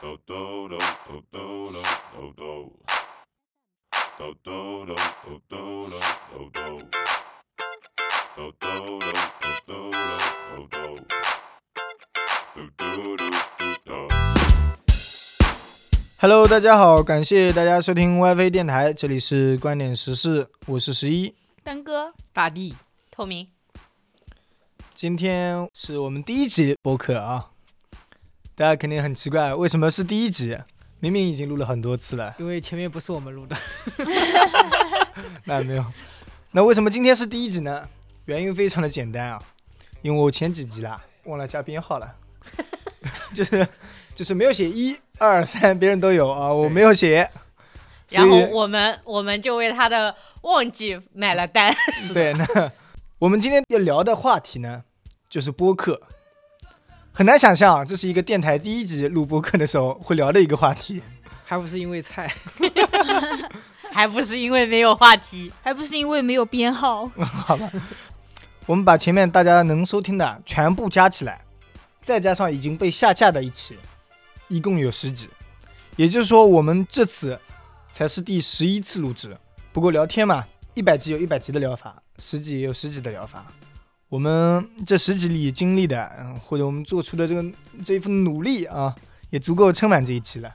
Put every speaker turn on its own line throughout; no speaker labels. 哆哆哆哆哆哆哆哆，哆哆哆哆哆哆哆哆，哆哆哆哆哆哆哆哆，哆哆哆哆哆。
Hello，大家好，感谢大家收听 WiFi 电台，这里是观点时事，我是十一。
丹哥，
大地，
透明，
今天是我们第一集播客啊，大家肯定很奇怪，为什么是第一集？明明已经录了很多次了，
因为前面不是我们录的，
那没有。那为什么今天是第一集呢？原因非常的简单啊，因为我前几集啦忘了加编号 了，就是就是没有写一二三，别人都有啊，我没有写。
然
所
后
以
我们我们就为他的忘记买了单。
对，那 我们今天要聊的话题呢，就是播客。很难想象，这是一个电台第一集录播客的时候会聊的一个话题。
还不是因为菜。
还不是因为没有话题，
还不是因为没有编号。
我们把前面大家能收听的全部加起来，再加上已经被下架的一期，一共有十集。也就是说，我们这次才是第十一次录制。不过聊天嘛，一百集有一百集的聊法，十集也有十集的聊法。我们这十集里经历的，嗯或者我们做出的这个这一份努力啊，也足够撑满这一期了。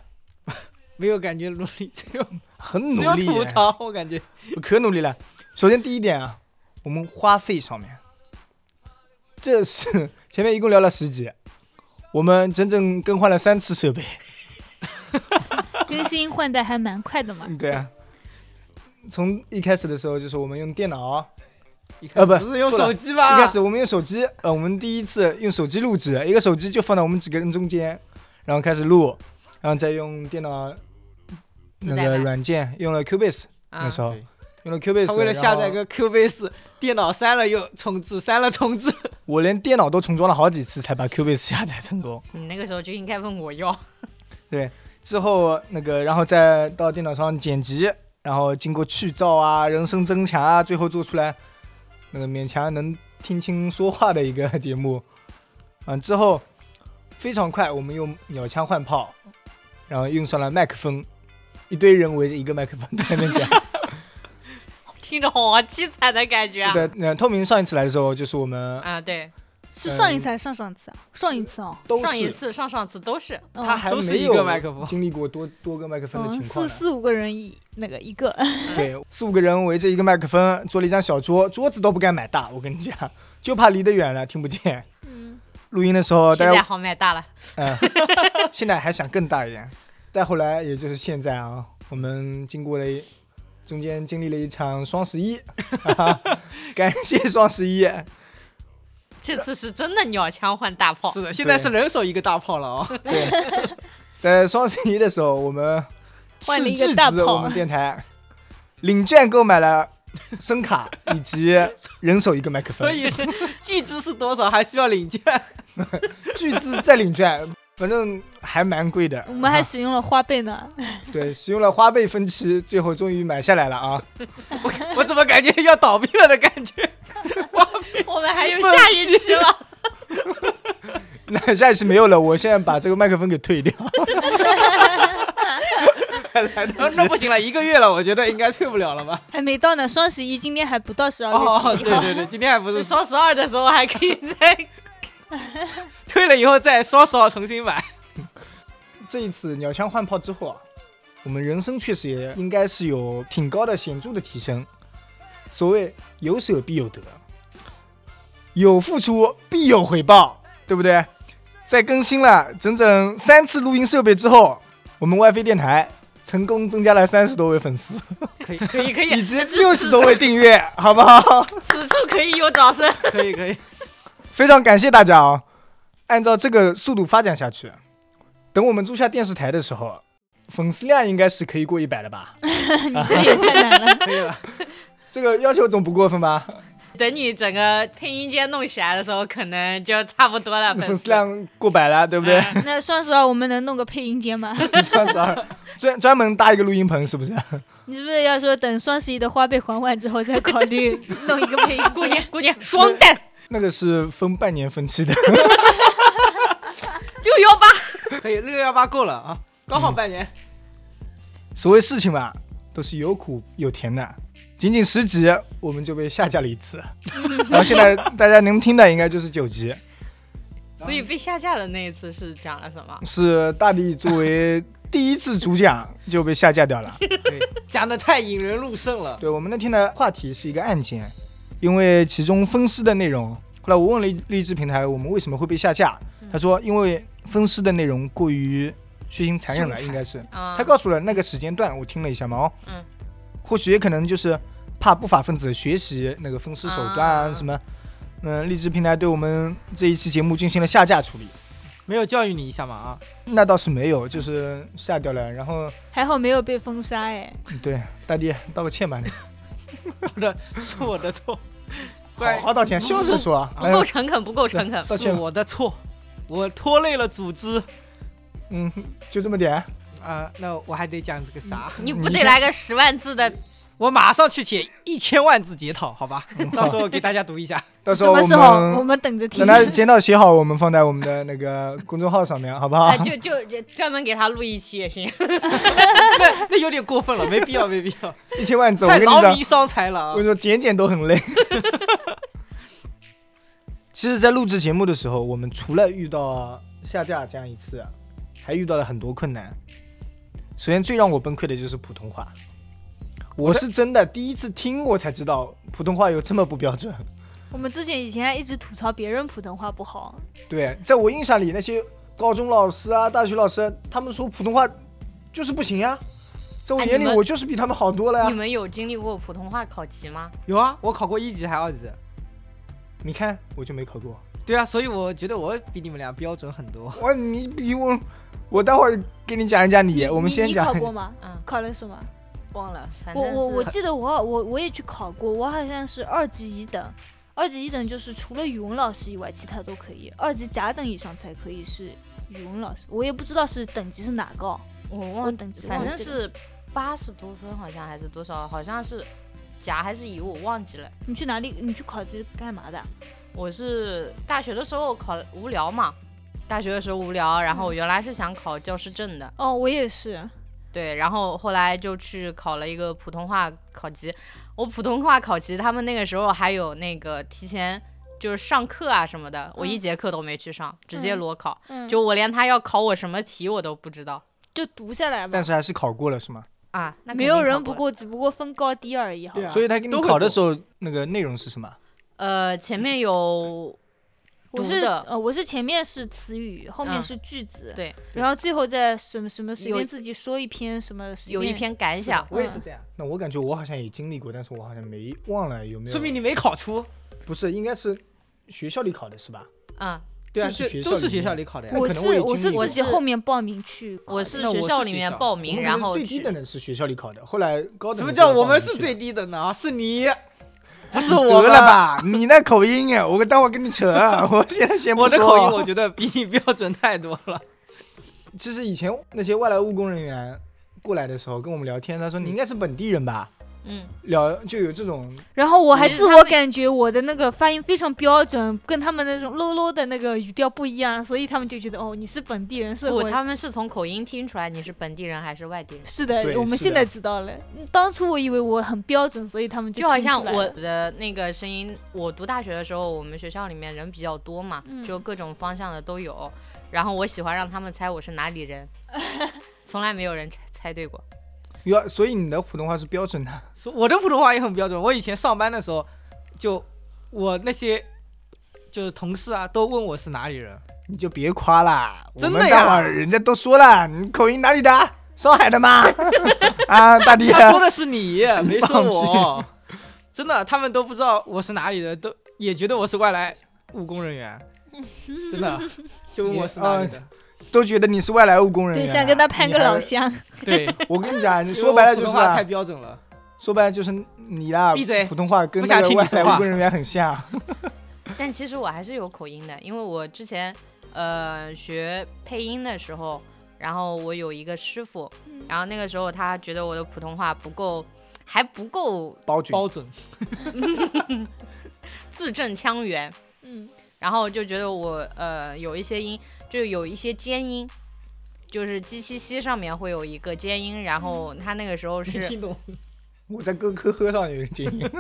没有感觉努力，只有
很
只
努
有
力，
吐槽，我感觉
可努力了。首先第一点啊，我们花费上面，这是 前面一共聊了十集，我们整整更换了三次设备。
更新换代还蛮快的嘛。
对啊，从一开始的时候就是我们用电
啊
脑，
一开始
呃不
不是用
错了
手机吧？
一开始我们用手机，呃，我们第一次用手机录制，一个手机就放到我们几个人中间，然后开始录，然后再用电脑那
自带
个
麦
软件，用了 Cubase 那
啊，
时候
对，
用了 Cubase，
他为了
然
下
后
载个 Cubase，电脑删了又重置，删了重置。
我连电脑都重装了好几次才把 Cubase 下载成功。
你那个时候就应该问我要。
之后那个，然后再到电脑上剪辑，然后经过去噪啊、人声增强啊，最后做出来那个勉强能听清说话的一个节目。 嗯，之后非常快，我们用鸟枪换炮，然后用上了麦克风，一堆人围着一个麦克风在那边 讲。
听着好凄惨的感觉
是
啊！
的，那透明上一次来的时候，就是我们
啊，对，
是上一次还是上上次啊？上一次哦。
都
上一
是
次、上上次都是
嗯
他还
都是
没
一个
有
麦克风
经历过多多个麦克风的情
嗯，
况啊
四
呢。
四五个人一那个一个，
对，四五个人围着一个麦克风，做了一张小桌，桌子都不敢买大，我跟你讲，就怕离得远了听不见。
嗯，
录音的时候，大
现在
家
好买大了。
嗯， 现在还想更大一点。再后来，也就是现在啊，我们经过了一中间经历了一场双十一， 哈哈感谢双十一。
这次是真的鸟枪换大炮，
是的，现在是人手一个大炮了哦。
对，在双十一的时候，我们
换了
斥
一个
巨
大
资
炮
我们电台领券购买了声卡以及人手一个麦克 风
所。以是 巨资是多少？还需要领券？
巨资再领券， 反正还蛮贵的。
我们还
啊
使用了花呗呢。
对使用了花呗分期，最后终于买下来了啊！
我怎么感觉要倒闭了的感觉？
我们还有下一期 了。
那下一期没有了，我现在把这个麦克风给退掉。 还来得
那
及
那，不行了，一个月了，我觉得应该退不了 了吧？
还没到呢，双十一今天还不到十二
哦，
月十一
对
号，
对对，今天还 不是
双十二的时候还可以再
退了以后再双十二重新买。
这一次鸟枪换炮之后啊，我们人生确实也应该是有挺高的显著的提升。所谓有舍必有得，有付出必有回报，对不对？在更新了整整三次录音设备之后，我们 WiFi 电台成功增加了三十多位粉丝，
可以
可 以可
以
以，
及六十多位订阅，好不好？
此处可以有掌声。
可以可以，
非常感谢大家啊、按照这个速度发展下去，等我们租下电视台的时候，粉丝量应该是可以过一百了吧？
你这也太难了。
可以了。
这个要求总不过分吧？
等你整个配音间弄起来的时候，可能就差不多 了。
粉丝啊
丝
量过百了，对不对？
那双十二我们能弄个配音间吗？
双十二专专门搭一个录音棚，是不 是？
你是不是要说等双十一的花呗还完之后再考虑弄一个配音
姑
间？
娘姑娘双蛋
嗯那个是分半年分期的，
六幺 八
可以，六幺八够了啊，
嗯
刚好半年。
所谓事情吧，都是有苦有甜的。仅仅十集，我们就被下架了一 次，然后现在大家能听的应该就是九集，
所以被下架的那一次是讲了什么？
是大地作为第一次主讲就被下架掉 了。
对， 讲的太引人入胜了。
对我们那天的话题是一个案件，因为其中分尸的内容，后来我问了荔荔枝平台，我们为什么会被下架？
嗯
他说因为分尸的内容过于血腥残忍了，应该是。
啊、
他告诉了那个时间段，我听了一下嘛，哦，
嗯，
或许也可能就是怕不法分子学习那个分尸手段啊
啊
什么，嗯，荔枝平台对我们这一期节目进行了下架处理，
没有教育你一下嘛啊？
那倒是没有，就是下掉了，然后
还好没有被封杀哎。
嗯对大弟道个歉吧， 你
我的是我的 错，
好
怪
好道歉，笑着说 啊，
嗯不
哎
够
呦，
诚恳，不够诚恳。
道
是
歉
我的错，我拖累了组织
嗯，就这么点，
啊、那我还得讲这个啥？
你
你
不得
先
来个十万字的？
我马上去写一千万字检讨，好 吧？ 到时候给大家读一 下。
到时
什
候
么时候我
们
们等着听
等？他剪到写好，我们放在我们的那个公众号上面，好不好
哎
啊，？就就就专门给他录一期也行。
那那有点过分了，没必要，没必 要，
一千万字，我
太
跟你
劳
讲，
民伤财了 啊
我跟！你说，剪剪都很累。 其实，在录制节目的时候，我们除了遇到下架这样一次，还遇到了很多困难。首先，最让我崩溃的就是普通话。我是真的第一次听，我才知道普通话有这么不标准。
我们之前以前还一直吐槽别人普通话不好，
对，在我印象里，那些高中老师啊、大学老师，他们说普通话就是不行呀、在我
哎
眼里，
你们
我就是比他们好多了呀、
你们有经历过普通话考级吗？
有啊，我考过一级还二级。
你看，我就没考过。
对啊，所以我觉得我比你们俩标准很多。
我你比我，我待会儿给你讲一讲你。我们
你
先
你
讲
考过吗？
嗯，
考了什么？
忘了，反
我
正
我我
是
记得我我我也去考过，我好像是二级乙等，二级乙等就是除了语文老师以外，其他都可以，二级甲等以上才可以是语文老师，我也不知道是等级是哪个哦，
我
我
忘
等级
反
忘
正
记了
是八十多分，好像还是多少，好像是甲还是乙，我忘记了。
你去哪里？你去考这个干嘛的？
我是大学的时候考无聊嘛，大学的时候无聊，然后我原来是想考教师证的，
嗯
哦，我也是，
对，然后后来就去考了一个普通话考级。我普通话考级，他们那个时候还有那个提前就是上课啊什么的，我一节课都没去上，直接裸考，
嗯，
就我连他要考我什么题我都不知道
就读下来嘛
但，是还是考过了是吗？
啊。那肯
没
定
有
考
人不
了。
过，只不过分高低而已哈
对。啊
所以他给你
都会
考的
过
时候，那个内容是什么？
呃，前面有
我
读
是
的
呃，我是前面是词语，后面
嗯
是句子，
对，
然后最后再什么什么随
有
便自己说一篇什么，随
有一
便
篇感想，
我也是这样，
那我感觉我好像也经历过，但是我好像没忘了有没有。
嗯说明你没考出。
不是，应该是学校里考的是吧？
嗯，
对啊，
就是学校
都是
里
学校
面
里考的呀
那。
我
可能
是
我也
我
经
是
历
自
过
己后面报名去考
我
的，
是
那
学
我
校
是
里
学
面
校
报
我
名，
们
然
是
后
最低
去
等的是学校里考的，后来高等
什
的
么
就
叫
报
我们
名
是
去
最
了
低等的啊？是你，不是我
得了
吧？
吧？你那口音啊，我待会儿跟你扯啊。 我现在先不
我的
说啊
口音我觉得比你标准太多了。
其实以前那些外来务工人员过来的时候跟我们聊天，他说你应该是本地人吧？
嗯，
聊就有这种
然后我还
其实
自
他
我
们
感觉我的那个发音非常标准，跟他们那种 low low 的那个语调不一样，所以他们就觉得哦，你是本地人，是
不，
我。
他们是从口音听出来你是本地人还是外 地人。
是的
对，
我们
是
现
的
在知道了。当初我以为我很标准，所以他们
就好
听出
像
来
我
了
的那个声音，我读大学的时候，我们学校里面人比较多嘛，
嗯
就各种方向的都有。然后我喜欢让他们猜我是哪里人，从来没有人猜猜对过。
哟，所以你的普通话是标准的。
说我的普通话也很标准。我以前上班的时候，就我那些就是同事啊，都问我是哪 里人。
你就别夸啦，
真的
我们
呀
大晚人家都说了，你口音哪里的？上海的 吗？啊，大弟，
他说的是 你，
你
没说
放
我。真的，他们都不知道我是哪里人，都也觉得我是外来务工人员。真的，就问我是哪里的。
啊都觉得你是外来务工人员
对
啊。
想跟他攀个老
你还。
乡，
对，
我跟你讲，你说白了
因为
就
我普
是
通话
啊
太，标准了。
说白了就是你啦，
闭嘴
普通话跟
不
那
想
个
听
外
你说
来
话
务工人员很像。
但其实我还是有口音的，因为我之前呃学配音的时候，然后我有一个师傅，然后那个时候他觉得我的普通话不够，还不够
包准，
包准，
字正腔圆，
嗯，
然后就觉得我呃有一些音，就有一些尖音，就是 G 七七上面会有一个尖音，然后他那个时候
没
是，
听懂。
我在哥科科上有人接应，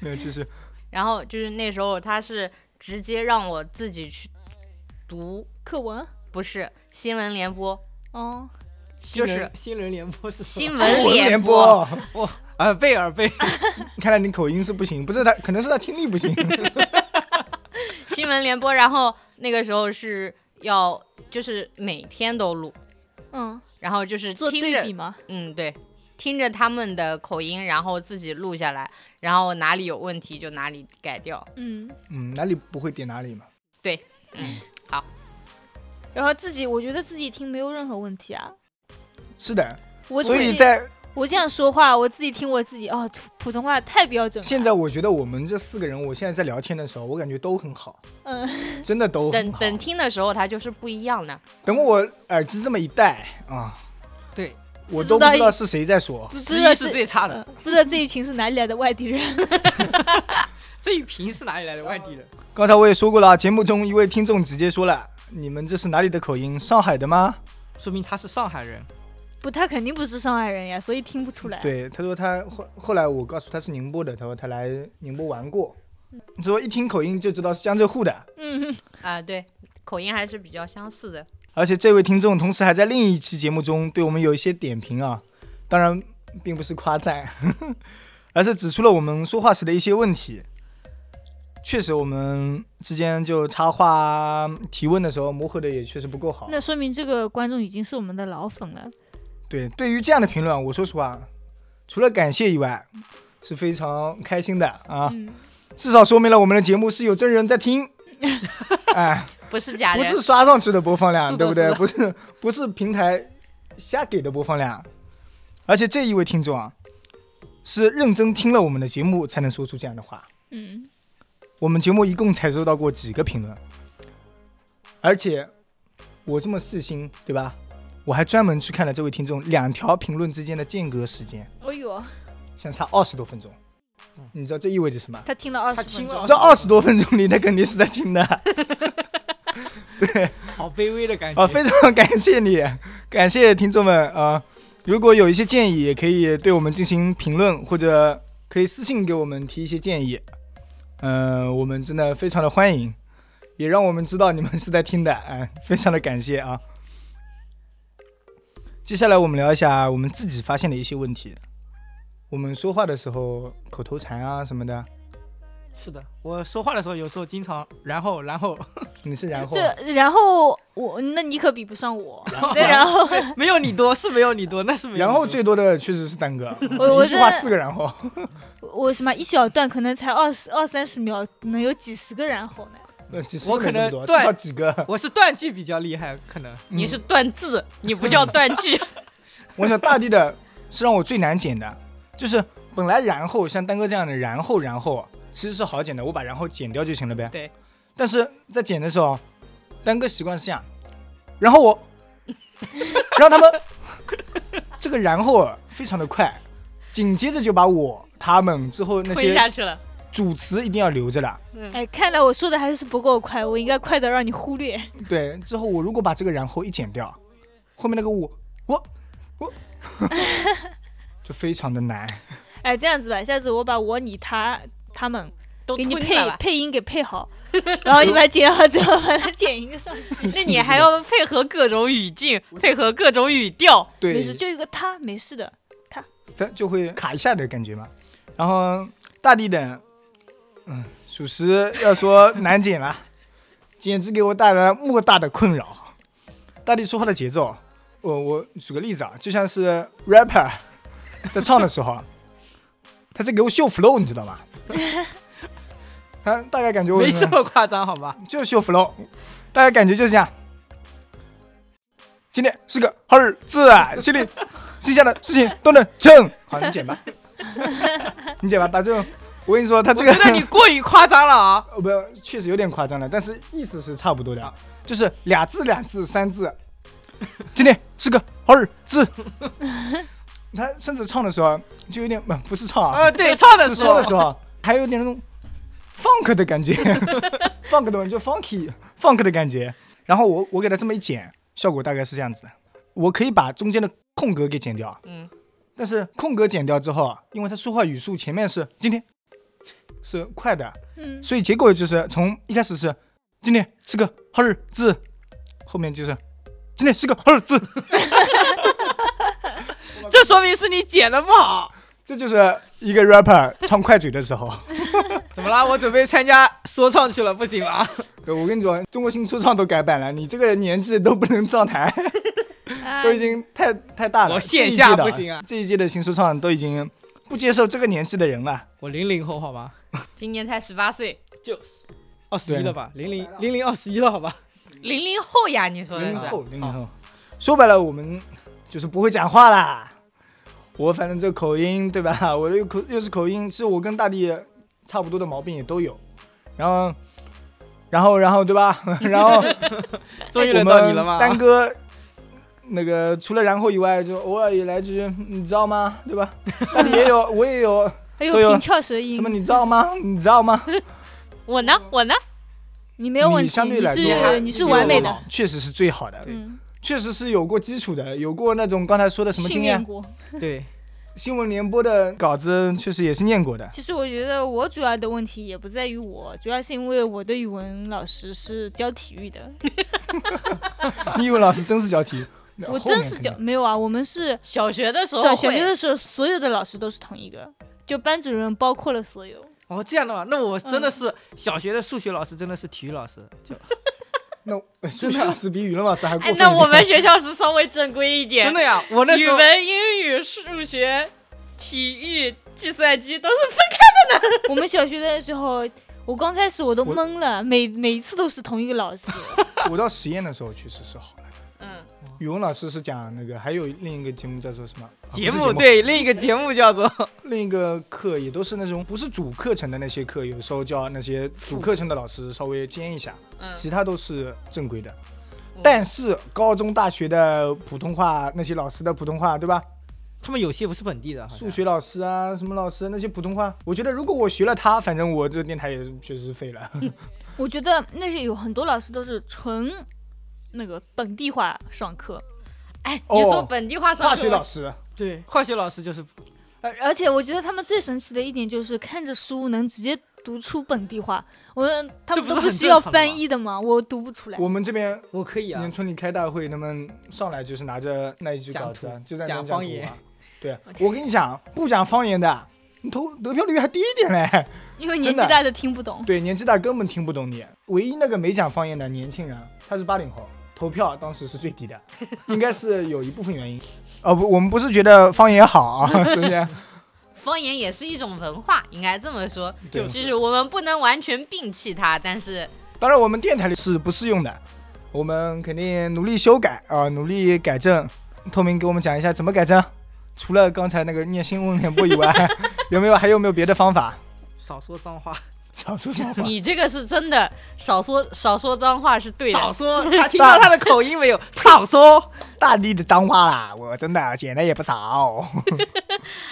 没有， 就是
然后就是那时候他是直接让我自己去读，
课文，
不是新闻联播，
哦，
就
新
是
人新人联播是什
新
么？
闻
哦联
播。
播。
啊，贝尔贝尔，
看来你口音是不行，不是他，可能是他听力不行。
新闻联播，然后那个时候是要就是每天都录，
嗯，
然后就是
做
听
对比
着，
吗？
嗯，对，听着他们的口音，然后自己录下来，然后哪里有问题就哪里改掉。
嗯，
嗯，哪里不会点哪里嘛。
然后自己，我觉得自己听没有任何问题啊。
是的，
我
所
自
以
己
在
我这样说话，我自己听我自己，哦，普普通话太标准了。
现在，我觉得我们这四个人，我现在在聊天的时候，我感觉都很好，
嗯，
真的都很
等
好。
等听的时候，它就是不一样的。
等我耳机这么一戴啊，
对，
我都不知道是谁在说。
不
十
知道
一是
这
呃最差的。
不知道这一群是哪里来的外地人。
这一瓶是哪里来的？外地人。
刚才我也说过了啊，节目中一位听众直接说了：“你们这是哪里的口音？上海的吗
说明他是上海人，
不，他肯定不是上海人呀，所以听不出来。？”，
对，他说他后后来我告诉他是宁波的，他说他来宁波玩过，他说一听口音就知道是江浙沪的。
嗯，
啊、对，口音还是比较相似的。
而且这位听众同时还在另一期节目中对我们有一些点评啊，当然并不是夸赞， 而是指出了我们说话时的一些问题。确实，我们之间就插话提问的时候磨合的也确实不够好。
那说明这个观众已经是我们的老粉了。
对，对于这样的评论，我说实话，除了感谢以外，是非常开心的啊，
嗯，
至少说明了我们的节目是有真人在听。哎，
不是假
不
人，
是刷上去的播放量，
是
对
的
不对
是？的
不是不是平台瞎给的播放量，而且这一位听众啊，是认真听了我们的节目才能说出这样的话。
嗯，
我们节目一共才收到过几个评论，而且我这么细心，对吧？我还专门去看了这位听众两条评论之间的间隔时间，
哎呦，
相差二十多分钟。你知道这意味着什么？
他听了二
他
十
听
分
了
钟，
这二十多分钟里，他肯定是在听的。
好卑微的感觉。
啊，非常感谢你， 感谢听众们啊、如果有一些建议，也可以呃对我们进行评论，或者可以私信给我们提一些建议。嗯、我们真的非常的欢迎，也让我们知道你们是在听的， 哎、非常的感谢啊。接下来我们聊一下我们自己发现的一些问题。我们说话的时候口头禅啊什么的，
是的，我说话的时候有时候经常，然后然后
你是然后
这然后我，那你可比不上我。对，然后
没有你多，是没有你多，那是没有你多。
然后最多的确实是蛋哥，
我我
一句话
真的
四个然后。
我什么一小段可能才二十二三十秒，能有几十个然后呢？
呃几十
我
个
可
没这么
能
多
断
至少几个。
我是断句比较厉害，可能
嗯
你是断字，你不叫断句。
我想大地的是让我最难剪的，就是本来然后像丹哥这样的然后然后其实是好剪的，我把然后剪掉就行了呗。
对。
但是在剪的时候，丹哥习惯是这样，然后我， 然后他们这个然后啊非常的快，紧接着就把我他们之后 那
推
些
下去了，
主词一定要留着了。
哎，看来我说的还是不够快，我应该快的让你忽略。
对，之后我如果把这个然后一剪掉，后面那个我我我 就非常的难。
哎，这样子吧，下次我把我、你、他、他们
都
给
吞
你
了
配
吧。
配音给配好， 然后你把它剪好之后， 把它剪一个上去。
那你还要配合各种语境，配合各种语调。
对，
没事，就一个他，没事的。
它就会卡一下的感觉嘛。然后大地的，嗯，属实要说难剪了， 简直给我带来了莫大的困扰。大地说话的节奏，我我举个例子啊，就像是 rapper 在唱的时候，啊 他在给我秀 flow，你知道吗？他大概感觉我
没这么夸张，好吧？
就是秀 flow，大家感觉就是这样。今天是个好日子啊，心里心下的事情都能成。好，你剪吧，你剪吧，把这种，我跟你说，他这个
我觉得你过于夸张了啊！
呃不，确实有点夸张了，但是意思是差不多的，就是俩字俩字三字。今天是个好日子。他甚至唱的时候就有点不不是唱 啊
呃，，对，唱的
是
时
说
候
的时候啊还有点那种 funk 的 感觉，funk 的嘛就 funky funk 的感觉。然后我我给它这么一剪，效果大概是这样子的。我可以把中间的空格给剪掉，啊
嗯，
但是空格剪掉之后啊，因为他说话语速前面是今天是快的，啊
嗯，
所以结果就是从一开始是今天是个好日子，后面就是今天是个好日子，
这说明是你剪的不好。
这就是一个 rapper 唱快嘴的时候。
怎么啦？我准备参加说唱去了，不行吗？
对我跟你说，中国新说唱都改版了，你这个年纪都不能上台，
哎
都已经太太大了。
我线
这一届
下
的
不行啊
这一届的新说唱都已经不接受这个年纪的人了。
我零零后好吗？
今年才十八岁，
就是二十一
对
了吧？零零零零二十一了好吧？
零零后呀，你说
啊
零
的
零
是
后，零零后，说白了，我们就是不会讲话啦。我反正这口音，对吧？ 我又口又是口音，其实我跟大地差不多的毛病也都有。然后，然后，然后，对吧？ 然后
终于
我们
轮到你了吗？
丹哥，那个除了然后以外，就偶尔也来句，你知道吗？对吧？但也有，我也有
还有
都有
平翘舌音
什么，你知道吗？你知道吗？
我呢，我呢，
你没有问
你
题，
相对
你
来说
是
还
你是完美的，，
确实是最好的，
嗯，
确实是有过基础的，有过那种刚才说的什么
训
经
练
验，
过。
对，
新闻联播的稿子确实也是念过 的。
其实我觉得我主要的问题也不在于我，主要是因为我的语文老师是教体育的，
你以为老师真是教题？
我
后面
真是
肯
教
定
没有啊，我们是
小学的时候
小小学
会
的时候，所有的老师都是同一个，就班主任包括了所有。
哦，这样的嘛，那我真的是小学的数学老师，真的是体育老师，就
那我数学老师比语文老师还过
哎
分一，点。
那我们学校是稍微正规一点
真，的呀，我那
语
时候
文、英语、数学、体育、计算机都是
我们小学的时候，我刚开始我都
我
懵了，每每一次都是同一个老师。
我到实验的时候确实是好的。
嗯，
语文老师是讲那个，还有另一个节目叫做什么？啊
节
不是
目对另一个节目 叫做
另一个课也都是那种不是主课程的那些课，有时候叫那些主课程的老师稍微兼一下，
嗯
其他都是正规的
嗯。
但是高中、大学的普通话，那些老师的普通话，对吧？
他们有些不是本地的，好像
数学老师啊，什么老师那些普通话，我觉得如果我学了他，反正我这电台也确实是废了。
我觉得那些有很多老师都是纯那个本地化上课，
哎，
哦
你说本地化上
化
课
学老师，
对化学老师就是
而而且我觉得他们最神奇的一点就是看着书能直接读出本地话，我他
这
们
不是
都不
很
需
正
要
常的吗
翻译的吗？我读不出来。
我们这边
我可以啊
年，村里开大会，他们上来就是拿着那一句稿子啊，
讲图
就在那边
讲方
图啊
言。
对，我跟你讲，不讲方言的，你投得票率还低一点嘞。
因为
真
年
的
纪大的听 不懂。
对，年纪大根本听不懂你。唯一那个没讲方言的年轻人，他是八零后，投票当时是最低的， 应该是有一部分原因。哦不，我们不是觉得方言好啊， 首先，
方言也是一种文化，应该这么说，
对
就是我们不能完全摒弃它，但是
当然我们电台里是不适用的，我们肯定努力修改啊、努力改正。透明给我们讲一下怎么改正，除了刚才那个念新闻联播以外， 有没有还有没有别的方法？
少说脏话，
少说脏话。
你这个是真的少说少说脏话是对
少
的，
说，他听到他的口音没 有？少说，
大力的脏话啦，我真的捡的也不少。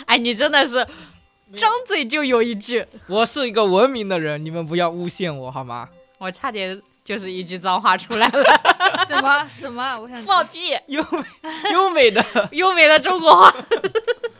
哎，你真的是张嘴就有一句，
我是一个文明的人，你们不要诬陷我好吗？
我差点就是一句脏话出来 了，
什么什么？啊我想
放屁。
优美优美的，
优美的中国话。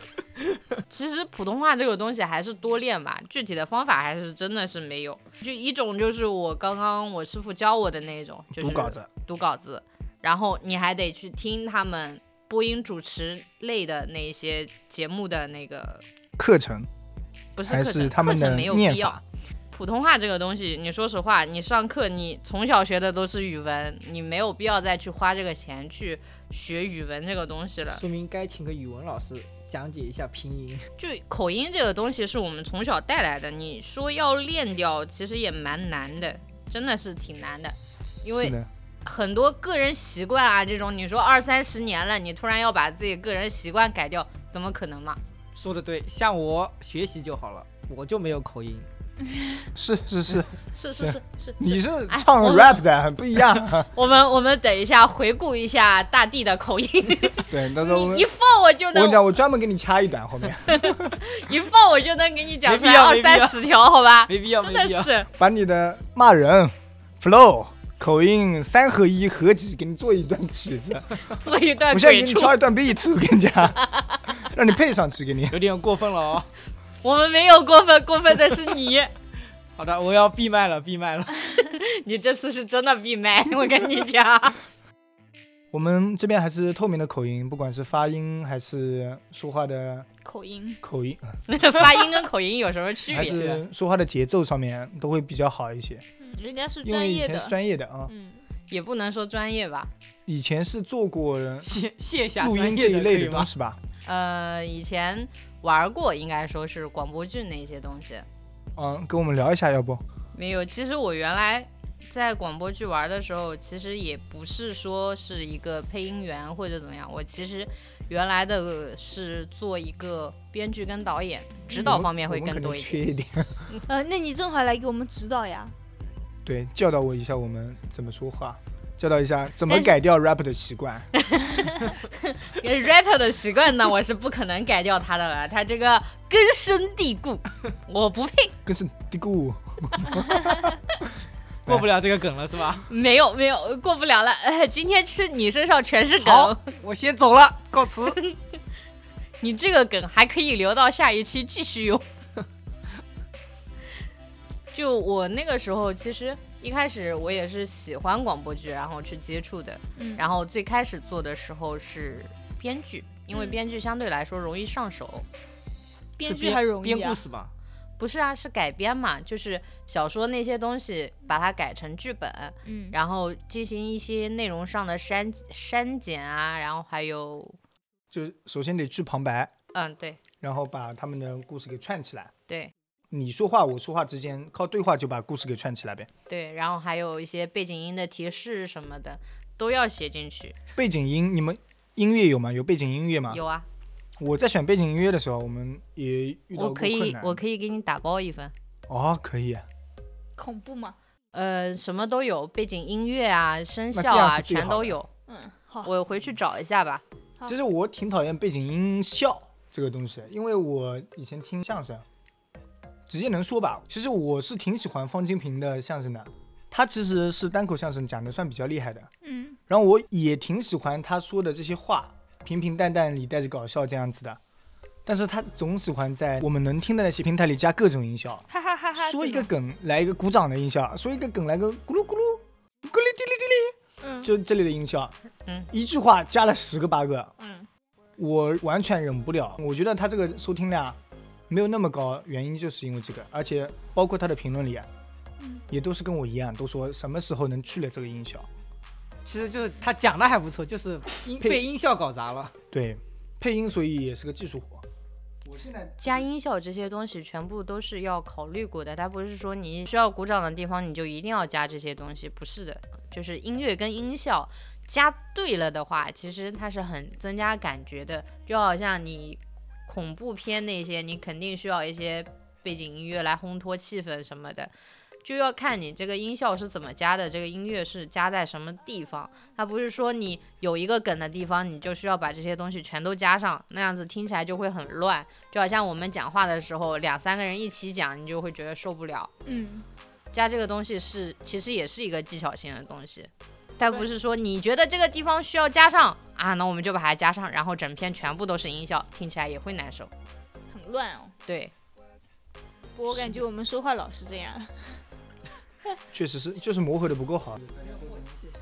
其实普通话这个东西还是多练吧，具体的方法还是真的是没有。就一种就是我刚刚我师傅教我的那种，就是
读稿子，
读稿子，然后你还得去听他们播音主持类的那一些节目的那个，
课程
不是
还
课
是
程，
他们
课
的
程没有
念
必要
法。。
普通话这个东西，你说实话，你上课你从小学的都是语文，你没有必要再去花这个钱去学语文这个东西了。
说明该请个语文老师讲解一下拼音。
就口音这个东西是我们从小带来的，你说要练掉，其实也蛮难的，真的是挺难的，因
是
为
的，
很多个人习惯啊，这种你说二三十年了，你突然要把自己个人习惯改掉，怎么可能嘛？
说的对，向我学习就好了，我就没有口音。
是是是，
是是 是是，
你是
哎
唱
我们
rap 的，很不一样。
我们我们等一下回顾一下大地的口音，
对，到时候我
你
们
一放我就
我跟
能
你讲，我专门给你掐一段后面，
一放我就能给你讲
没
出
必
来
要
二
没必
三
要
十条，好吧？
没必要
真的
没必要
是
把你的骂人 flow 口音三合一合集，给你做一段曲子。
做一段
我现在
鬼
给你
畜，
敲一段 beat，我跟你讲， 让你配上去给你。
有点过分了哦。
我们没有过分，过分的是你，
好的，我要闭麦了，闭麦了。
你这次是真的闭麦，我跟你讲，
我们这边还是透明的口音，不管是发音还是说话的
口音，
口音，
发音跟口音有什么区
还
别？
是说话的节奏上面都会比较好一些。
嗯，人家是
因
专
为以
业
前是
的，
专业的啊，
嗯，
也不能说专业吧，
以前是做过
卸卸下
录音
专
这
业
一
的
类
可以
的
吗
东？西吧？
呃，以前玩过，应该说是广播剧那些东西。
嗯，跟我们聊一下，要不？
没有，其实我原来在广播剧玩的时候，其实也不是说是一个配音员或者怎么样，我其实原来的呃是做一个编剧跟导演，指导方面会
嗯我们
更
可能
多一点。
缺一点。
呃，那你正好来给我们指导呀，
对，教导我一下我们怎么说话，教导一下怎么
但是
改掉 rap 的习惯。
rapper 的习惯呢，我是不可能改掉他的了，他这个根深蒂固，我不配。
更是嘀咕，
过
哎
不了这个梗了是 吧？
没有没有，过不了了。 哎，今天是你身上全是
好
梗，，
我先走了，告辞。
你这个梗还可以留到下一期继续用。 就我那个时候，其实一开始我也是喜欢广播剧，然后去接触的。
嗯，
然后最开始做的时候是编剧，因为
嗯
编剧相对来说容易上手。
编剧还容易
编
啊
故，事嘛，
不是啊，是改编嘛，就是小说那些东西把它改成剧本，
嗯，
然后进行一些内容上的删删减啊，然后还有，
就首先得去旁白，
嗯，对
然后把他们的故事给串起来。
对
你说话，我说话之间靠对话就把故事给串起来呗。
对，然后还有一些背景音的提示什么的都要写进去。
背景音，你们音乐有吗？有背景音乐吗？
有啊，
我在选背景音乐的时候，我们也遇到
我
过
可
困
以
难。
我可以给你打包一份。
哦，可以啊。
恐怖嘛，
呃，什么都有，背景音乐啊、声
那
效
这样
啊，
是最
全
好
都
的
有。
嗯，好，
我回去找一下吧。
啊
其实我挺讨厌背景音效这个东西，因为我以前听相声，直接能说吧。其实我是挺喜欢方清平的相声的，他其实是单口相声讲的算比较厉害的。
嗯，
然后我也挺喜欢他说的这些话，平平淡淡里带着搞笑这样子的。但是他总喜欢在我们能听的那些平台里加各种音效，
哈哈哈哈，
说一
这
个
种，
梗来一个鼓掌的音效，说一个梗来个咕噜咕噜咕噜滴哩滴哩，
嗯
就这类的音效。
嗯，
一句话加了十个八个，
嗯，
我完全忍不了。我觉得他这个收听量没有那么高，原因就是因为这个，而且包括他的评论里，啊
嗯
也都是跟我一样，都说什么时候能去了这个音效。
其实就是他讲的还不错，就是音
配
被音效搞砸了。
对，配音所以也是个技术活。我现在
加音效这些东西全部都是要考虑过的，它不是说你需要鼓掌的地方你就一定要加这些东西，不是的，就是音乐跟音效加对了的话，其实它是很增加感觉的，就好像你恐怖片那些，你肯定需要一些背景音乐来烘托气氛什么的。就要看你这个音效是怎么加的，这个音乐是加在什么地方。它不是说你有一个梗的地方，你就需要把这些东西全都加上，那样子听起来就会很乱。就好像我们讲话的时候，两三个人一起讲，你就会觉得受不了。
嗯，
加这个东西是其实也是一个技巧性的东西，但不是说你觉得这个地方需要加上啊，那我们就把它加上，然后整篇全部都是音效，听起来也会难受。
很乱哦，
对，
不过我感觉我们说话老是这样，
确实是就是磨合的不够好，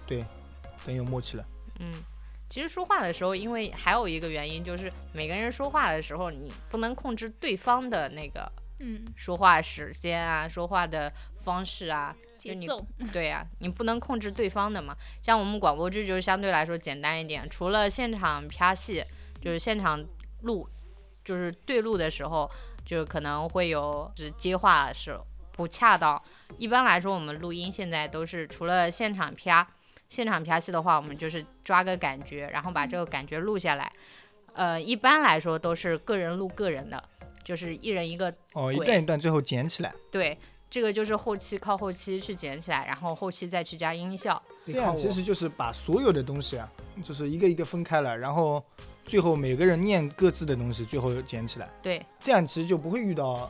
对，等有默契了。
嗯。其实说话的时候，因为还有一个原因就是每个人说话的时候，你不能控制对方的那个
嗯，
说话时间啊、说话的方式啊，就
嗯节
你
奏，
对呀、你不能控制对方的嘛。像我们广播剧就是相对来说简单一点，除了现场拍戏，就是现场录，就是对录的时候，就是可能会有只接话是不恰当。一般来说，我们录音现在都是除了现场啪，现场啪戏的话，我们就是抓个感觉，然后把这个感觉录下来。呃，一般来说都是个人录个人的，就是一人一个
哦，一
鬼
段一段最后捡起来，
对，这个就是后期靠后期去捡起来，然后后期再去加音效。
你
这
看
样
我
其实就是把所有的东西啊，就是一个一个分开了，然后最后每个人念各自的东西，最后捡起来。
对
这样其实就不会遇到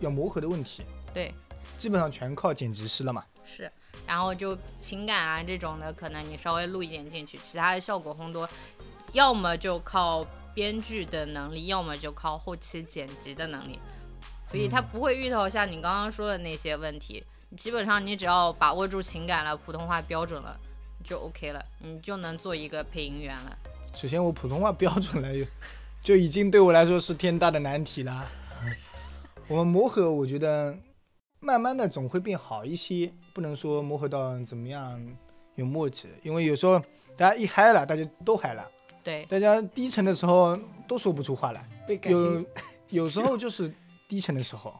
要磨合的问题，
对，
基本上全靠剪辑师了嘛。
是。然后就情感啊这种的，可能你稍微录一点进去，其他的效果烘托，要么就靠编剧的能力，要么就靠后期剪辑的能力，所以
嗯
它不会遇到像你刚刚说的那些问题。基本上你只要把握住情感了，普通话标准了，就 OK 了，你就能做一个配音员了。
首先我普通话标准了，就已经对我来说是天大的难题了。我们磨合，我觉得慢慢的总会变好一些，不能说磨合到怎么样有默契，因为有时候大家一嗨了，大家都嗨了，
对，
大家低沉的时候都说不出话来，
被感情
有有时候就是低沉的时候，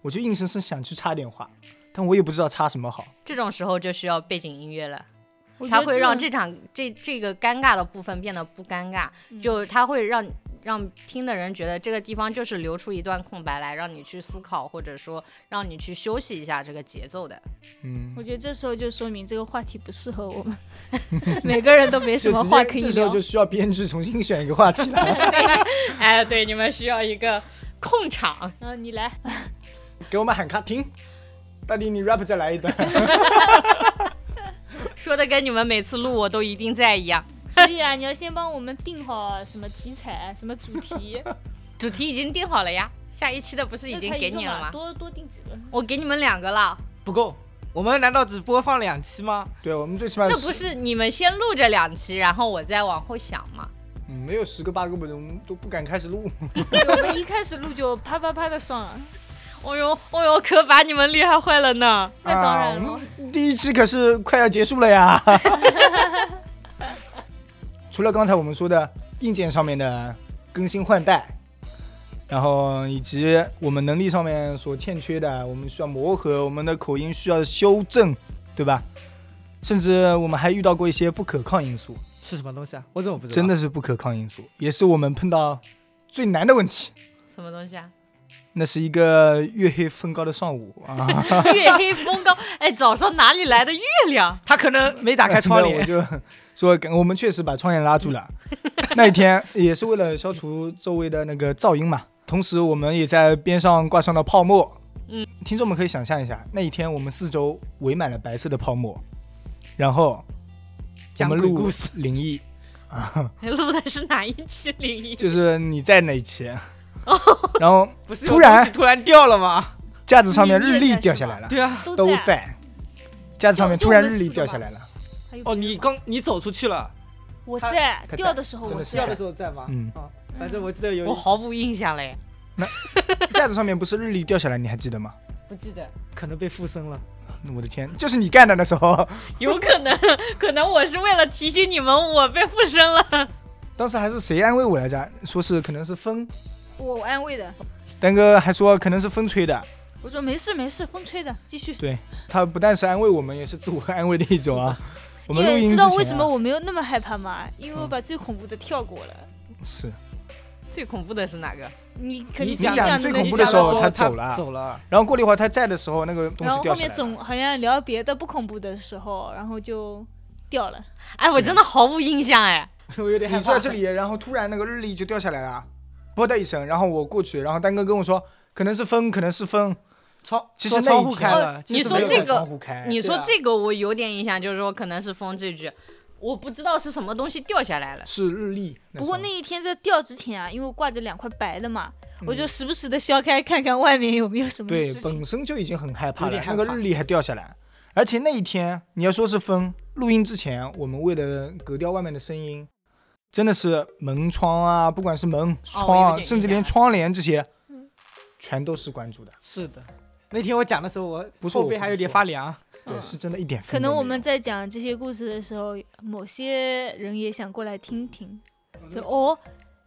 我就硬生生想去插点话，但我也不知道插什么好。
这种时候就需要背景音乐了。
我觉
它
得
会让
种
这场这这个尴尬的部分变得不尴尬，
嗯
就它会让让听的人觉得这个地方就是留出一段空白来，让你去思考，或者说让你去休息一下这个节奏的。
嗯
我，觉得这时候就说明这个话题不适合我们，每个人都没什
就
么
直
话
接
可以
这时候
聊
就。需要编剧重新选一个话题了。
哎，对，你们需要一个控场。
然后嗯你来，
给我们喊卡停。大弟，你 rap 再来一段。
说的跟你们每次录我都一定在一样。
所以啊，你要先帮我们定好什么题材、什么主 题，
主题已经定好了呀，下一期的不是已
那
经
才一
给
个
你了
嘛
吗？
多多定几个。
我给你们两个了，
不够。我们难道只播放两期吗？
对我们最起码
那
十
不，是你们先录这两期，然后我再往后想吗？
嗯，没有十个八个不能都不敢开始录。
对我们一开始录就啪啪啪的上了，
哦呦，哦呦，可把你们厉害坏了呢！
那当然
啊
了。
我们第一期可是快要结束了 呀。除了刚才我们说的硬件上面的更新换代，然后以及我们能力上面所欠缺的，我们需要磨合，我们的口音需要修正，对吧？甚至我们还遇到过一些不可抗因素。
是什么东西啊？我怎么不知道？
真的是不可抗因素，也是我们碰到最难的问题。
什么东西啊？
那是一个月黑风高的上午啊，
月黑风高，哎，早上哪里来的月亮？
他可能没打 开窗
我
帘，
就说，我们确实把窗帘拉住了。那一天也是为了消除周围的那个噪音嘛，同时我们也在边上挂上了泡沫。
嗯，
听众们可以想象一下，那一天我们四周围满了白色的泡沫，然后我
讲
们
鬼
录
故事。
灵异，
录的是哪一期灵异？
就是你在哪一期？然后
不是有
突然
东西突然掉了吗？
架子上面
你
日
你也
历
在
掉
是
下
吧
来了。
对啊，
都
都在。架子上面
就
突然
就我
日
们
历
四个
掉
吧
下来了，
还有别
哦，
人
你
吗
刚你走出去了，
我
他
在
他
掉
在
的时候
真的
我
是
掉
在
的时候在吗？
嗯，
啊，反正我记得有
我
一
毫无印象嘞，
架子上面不是日历掉下来，你还记得吗？
不记得，
可能被附身了。
我的天，就是你干的那时候，
有可能，可能我是为了提醒你们我被附身了。
当时还是谁安慰我来着？说是可能是风，
我安慰的，
丹哥还说可能是风吹的。
我说没事没事，风吹的，继续。
对他不但是安慰我们，也是自我安慰的一种啊。 我们
因
录
为
音
知
之
道
前、啊、
为什么我没有那么害怕吗？因为我
嗯
把最恐怖的跳过了。
是？
最恐怖的是哪个？
你肯定
你
想
讲
讲
最
那个
恐怖
就
的
讲
时候
了
他
他
走了啊
走了。啊
然后过了一会儿他在的时候，那个东
然
西
后
掉
后
下来
面
了。
总好像聊别的不恐怖的时候，然后就掉了。
哎，
啊
我真的毫无印象哎。
我有点害
你坐
怕
在。这里，然后突然那个日历就掉下来了，啵的一声，然后我过去，然后丹哥跟我说可能是风，可能是风。
窗，
其实
说
那一
窗户
天
开了。
哦
其实
你说
没有
这个
窗户开，
你说
对啊
这个我有点印象，就是说可能是风这句，我不知道是什么东西掉下来了。
是日历。
不过那一天在掉之前啊，因为我挂着两块白的嘛，我就
嗯
时不时的削开看看外面有没有什么
对
事情。
本身就已经很害怕
有
了
点，
那
害
个
怕
日历还掉下来，而且那一天你要说是风，录音之前我们为了隔掉外面的声音，真的是门窗啊，不管是门
我有
窗啊，
点
甚至
印象
连窗帘这些
嗯，
全都是关注的，
是的，那天我讲的时候，我
不是我
后背还有点发凉。
对，
嗯
是真的一点
可
风都没有。
能我们在讲这些故事的时候，某些人也想过来听听，就哦，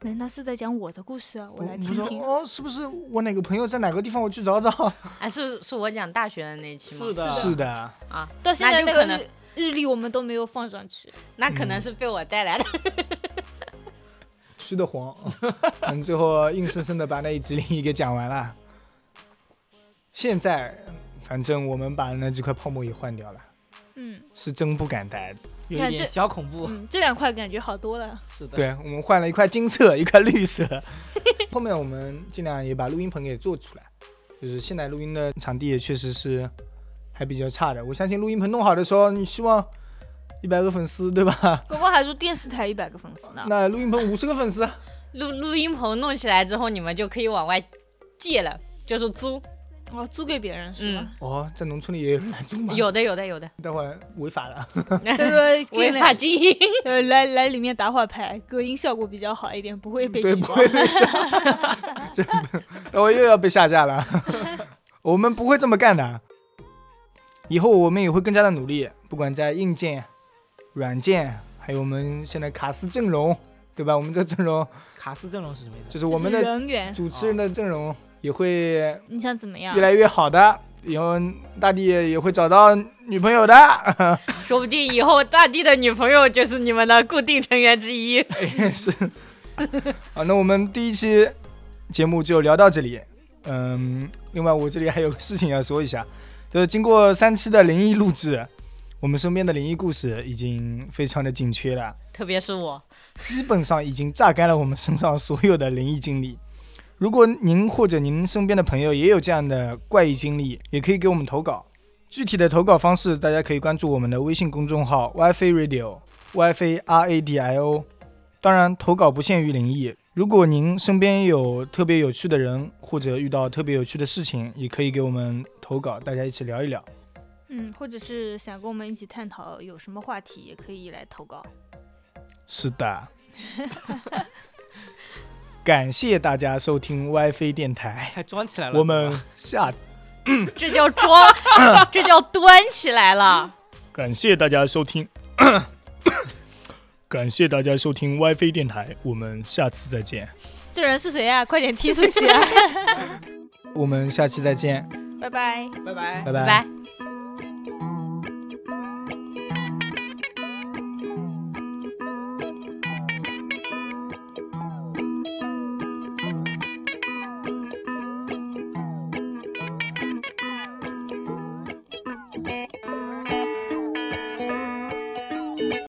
难道是在讲我的故事啊？我
我
来
我
听
说
听。
哦，是不是我哪个朋友在哪个地方？我去找找。
哎，是是我讲大学的那一期吗？
是的
是的，
啊，
到现在
那就
那
可
个
能
日日历我们都没有放上去，
那可
嗯
能是被我带来的。
吃的 慌，嗯，最后硬生生的把那一集灵异给讲完了。现在，反正我们把那几块泡沫也换掉了，
嗯
是真不敢待。
有
看
一
这
点小恐怖。
嗯，这两块感觉好多了。
是的，
对，我们换了一块金色，一块绿色。 后面我们尽量也把录音棚给做出来，就是现在录音的场地也确实是还还比较差的。我相信录音棚弄好的时候，你希望一百个粉丝对吧？
搞不好还说电视台一百个粉丝呢。
那录音棚五十个粉丝，
录录音棚弄起来之后，你们就可以往外借了，就是租。
哦，租给别人是吗？
哦，在农村里也有人来租吗？，
有的，有的，有的。
待会儿违法了。嗯
对对，
违法经营，
呃，来来里面打会儿牌，隔音效果比较好一点，不会被
对，
举
不
报。
会被 下，真的， 我又要被下架了。 我们不会这么干的，以后我们也会更加的努力，不管在硬件、软件，还有我们现在卡斯阵容，对吧？我们这阵容
卡斯阵容是什么意思？
就是我们
就是啊
的
人员，
主持人的阵容也会
你想怎么样
越？来越好的，以后大地也会找到女朋友的。
说不定以后大地的女朋友就是你们的固定成员 之一。
哎是。 好，那我们第一期节目就聊到这里。嗯，另外我这里还有个事情要说一下，就是经过三期的灵异录制，我们身边的灵异故事已经非常的紧缺了，
特别是我，
基本上已经榨干了我们身上所有的灵异经历。如果您或者您身边的朋友也有这样的怪异经历，也可以给我们投稿。具体的投稿方式，大家可以关注我们的微信公众号 WiFi Radio，WiFi R A D I O。当然，投稿不限于灵异。如果您身边有特别有趣的人，或者遇到特别有趣的事情，也可以给我们投稿，大家一起聊一聊。
嗯，或者是想跟我们一起探讨有什么话题，也可以来投 稿。
是的，感谢大家收听 WiFi 电台，
还装起来了。
我们下
这 叫装，这叫端起来了。
感谢大家收听， 感谢大家收听 WiFi 电台，我们下次再见，
这人是谁啊？快点踢出去啊！
我们下期再见，
拜拜。
拜拜。
拜
拜
拜
拜。